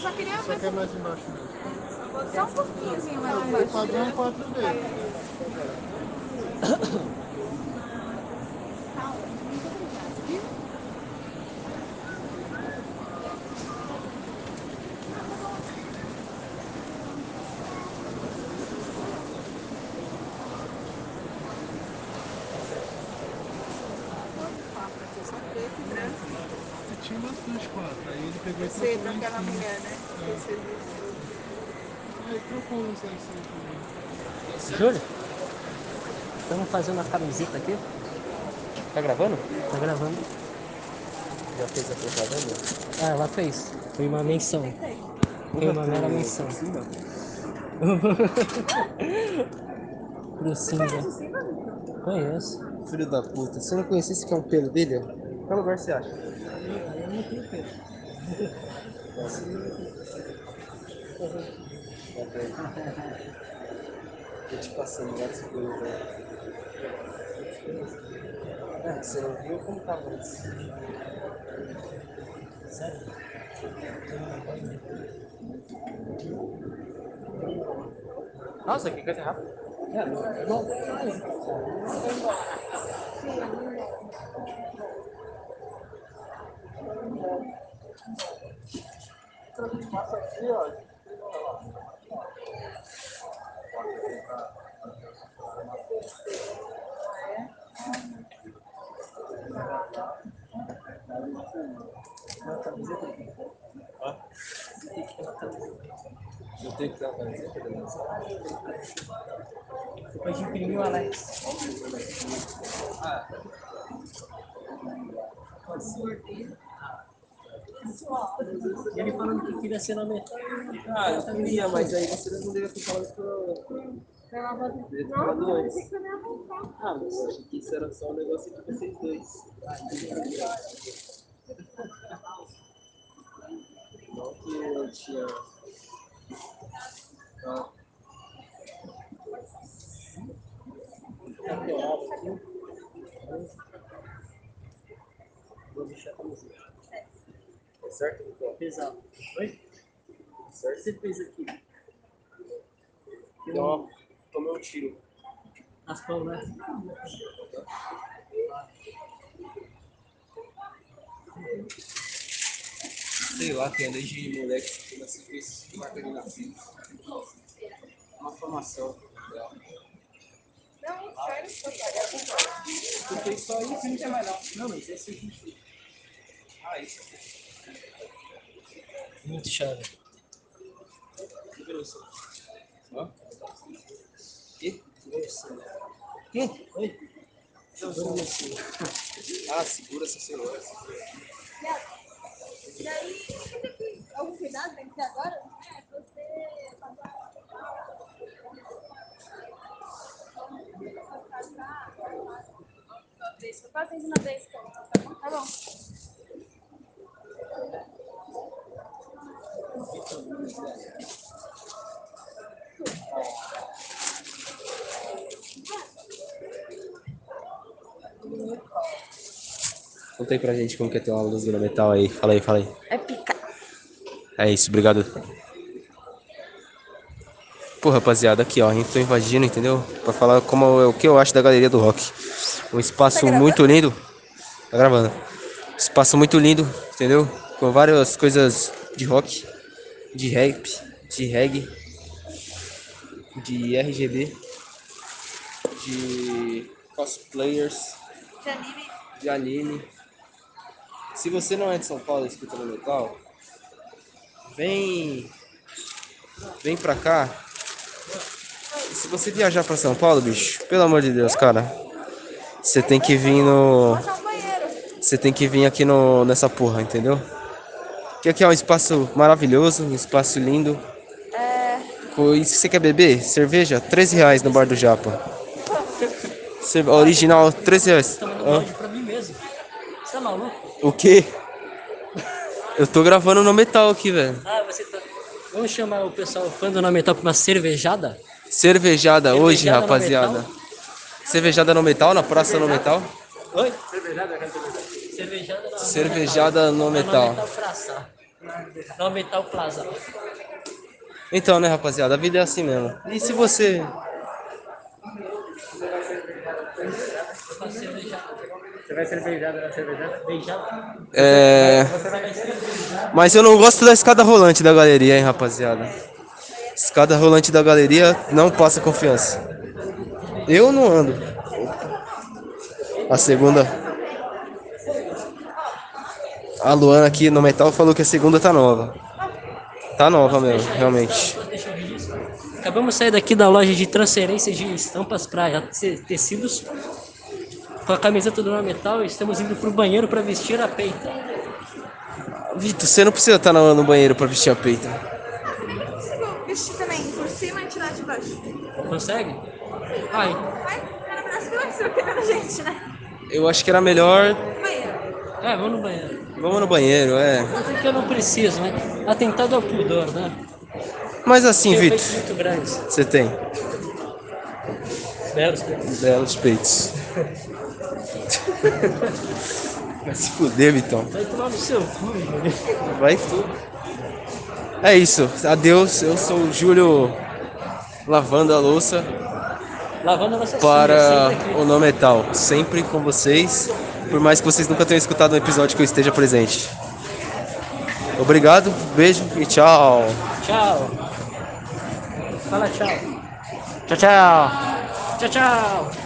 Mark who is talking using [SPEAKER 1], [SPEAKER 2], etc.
[SPEAKER 1] só queria
[SPEAKER 2] Você
[SPEAKER 1] mais
[SPEAKER 2] quer mais embaixo mesmo?
[SPEAKER 1] só um pouquinho assim, mais
[SPEAKER 2] O
[SPEAKER 1] embaixo.
[SPEAKER 2] padrão é 4D.
[SPEAKER 1] Só preto e branco.
[SPEAKER 2] Tinha umas duas quatro, aí ele pegou e
[SPEAKER 1] Você
[SPEAKER 2] trocou
[SPEAKER 1] pra
[SPEAKER 2] em
[SPEAKER 1] aquela
[SPEAKER 2] cima.
[SPEAKER 1] mulher, né? Você viu?
[SPEAKER 2] Aí trocou uns aí em cima também.
[SPEAKER 3] Júlio, estamos fazendo a camiseta aqui.
[SPEAKER 4] Tá gravando?
[SPEAKER 3] Tá gravando.
[SPEAKER 4] Já fez a propaganda?
[SPEAKER 3] Ah, ela fez. Foi uma menção. Foi uma mera menção. Pro Simba. Conheço.
[SPEAKER 4] Filho da puta, se eu não conhecesse que é um pelo dele, ó, qual lugar você acha? Eu não tenho pelo. Tô te passando várias coisas. né? Ah, Você não viu como tava antes? Nossa, que coisa rápida. Eu tenho que dar uma camiseta de lançar.
[SPEAKER 3] Pode imprimir o Alex. Ele falando que queria ser na metade.
[SPEAKER 4] Ah, eu queria, mas aí você não devia ter falado pra eu. Devia ter falado antes. Ah, mas eu achei que isso era só um negócio de vocês dois. Não que eu tinha. Ah. Tá piorado aqui. Vou deixar a camiseta. É certo, Nicolau?
[SPEAKER 3] Pesado. Oi?
[SPEAKER 4] Certo?
[SPEAKER 3] Você fez aqui.
[SPEAKER 4] Não, tomei um tiro.
[SPEAKER 3] Raspão, né?
[SPEAKER 4] Sei lá, tem a lei de moleque que nasce com esse marca de nascimento. Uma formação.
[SPEAKER 1] Não, sai do seu
[SPEAKER 4] Tu fez só isso, não tem mais não.
[SPEAKER 3] Não, mas esse é gente.
[SPEAKER 4] Ah, isso.
[SPEAKER 3] Muito chave.
[SPEAKER 4] Que grosso. Hã? Que? Grosso.
[SPEAKER 3] Ih, Oi?
[SPEAKER 4] Eu sou grosso. Ah, segura seu celular.
[SPEAKER 5] E aí, algum cuidado tem que ter agora? É, você Deixa eu fazer de uma vez, tá bom? Tá bom.
[SPEAKER 4] Conta aí pra gente como que é ter uma luz no metal aí. Fala aí, fala aí.
[SPEAKER 5] É pica.
[SPEAKER 4] É isso, obrigado. Pô, rapaziada, aqui ó, a gente tá invadindo, entendeu? Pra falar como eu- o que eu acho da galeria do rock. Um espaço muito lindo. Tá gravando. Espaço muito lindo, entendeu? Com várias coisas de rock, de rap, de reggae, de RGB, de cosplayers, de anime. Se você não é de São Paulo e escuta no metal, vem vem pra cá. E se você viajar pra São Paulo, bicho, pelo amor de Deus, cara, você tem que vir no
[SPEAKER 5] Tá
[SPEAKER 1] Achar um banheiro.
[SPEAKER 4] você tem que vir aqui no nessa porra, entendeu? Que aqui é um espaço maravilhoso, um espaço lindo. É. E se você quer beber, cerveja, 13 reais no bar do Japa. Cerve- Original, 13 reais.
[SPEAKER 3] Tomando
[SPEAKER 4] Hã?
[SPEAKER 3] balde tá pra mim mesmo. Você tá maluco?
[SPEAKER 4] O quê? Eu tô gravando no metal aqui, velho.
[SPEAKER 3] Ah, você tá. Vamos chamar o pessoal fã do Nome Top pra uma cervejada?
[SPEAKER 4] Cervejada,
[SPEAKER 3] Cervejada
[SPEAKER 4] hoje,
[SPEAKER 3] no
[SPEAKER 4] rapaziada. Cervejada no metal, na praça no metal?
[SPEAKER 3] Oi? Cervejada, eu quero cervejada. Cervejada na.
[SPEAKER 4] Cervejada no
[SPEAKER 3] na Nome
[SPEAKER 4] metal.
[SPEAKER 3] Top Praça. Não aumentar o plaza.
[SPEAKER 4] Então, né, rapaziada, a vida é assim mesmo. E se você.
[SPEAKER 6] Você vai ser beijado na cervejada? Beijado?
[SPEAKER 4] É. Mas eu não gosto da escada rolante da galeria, hein, rapaziada. Escada rolante da galeria não passa confiança. Eu não ando. A segunda. A Luana aqui no metal falou que a segunda tá nova. Tá nova mesmo, realmente.
[SPEAKER 3] Acabamos de sair daqui da loja de transferência de estampas para tecidos. Com a camiseta do Nova Metal, estamos indo pro banheiro para vestir a peita.
[SPEAKER 4] Vitor, você não precisa estar no no banheiro pra vestir a peita.
[SPEAKER 5] é Eu consigo vestir também por cima e tirar de baixo.
[SPEAKER 3] Consegue? Ai,
[SPEAKER 5] Vai, cara, parece que vai ser o que pra gente, né?
[SPEAKER 4] Eu acho que era melhor.
[SPEAKER 5] Banheiro.
[SPEAKER 3] é, vamos no banheiro.
[SPEAKER 4] Vamos no banheiro, é.
[SPEAKER 3] Até que eu não preciso, né? Atentado ao pudor, né?
[SPEAKER 4] Mas assim,
[SPEAKER 3] Tem
[SPEAKER 4] Vitor,
[SPEAKER 3] peitos muito grandes.
[SPEAKER 4] você tem
[SPEAKER 3] Belos peitos.
[SPEAKER 4] belos peitos. Vai se fuder, Vitão.
[SPEAKER 3] Vai tomar no seu cu, Júlio.
[SPEAKER 4] Vai tu. É isso. Adeus. Eu sou o Júlio lavando a louça
[SPEAKER 3] Lavando a nossa
[SPEAKER 4] para
[SPEAKER 3] suja, sempre
[SPEAKER 4] o
[SPEAKER 3] aqui.
[SPEAKER 4] No Metal. Sempre com vocês. Por mais que vocês nunca tenham escutado um episódio que eu esteja presente. Obrigado, beijo e tchau.
[SPEAKER 3] Tchau. Fala tchau.
[SPEAKER 4] Tchau, tchau.
[SPEAKER 3] Tchau, tchau.